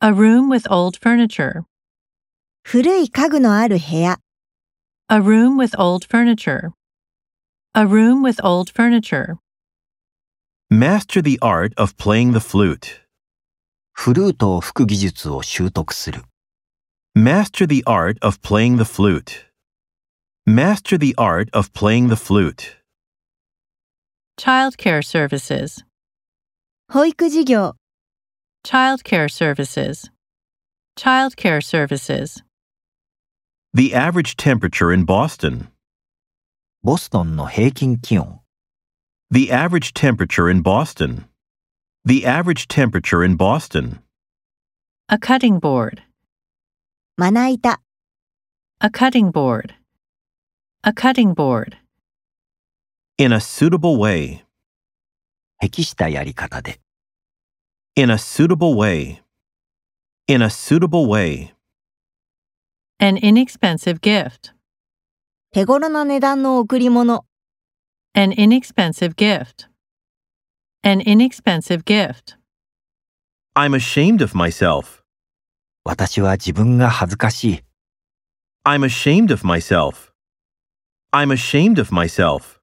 A room with old furniture. 古い家具のある部屋、 A room with old furniture. A room with old furniture. Master the art of playing the flute. フルートを吹く技術を習得する。 Master the art of playing the flute. Master the art of playing the flute. Childcare services. 保育事業、 Childcare services. Childcare services. The average temperature in Boston. ボストンの平均気温。 The average temperature in Boston. The average temperature in Boston. A cutting board. まな板、 A cutting board. A cutting board. In a suitable way. 適したやり方で。 In a suitable way. In a suitable way. An inexpensive gift. 手頃な値段の贈り物、 An inexpensive gift. An inexpensive gift. I'm ashamed of myself. 私は自分が恥ずかしい。 I'm ashamed of myself. I'm ashamed of myself.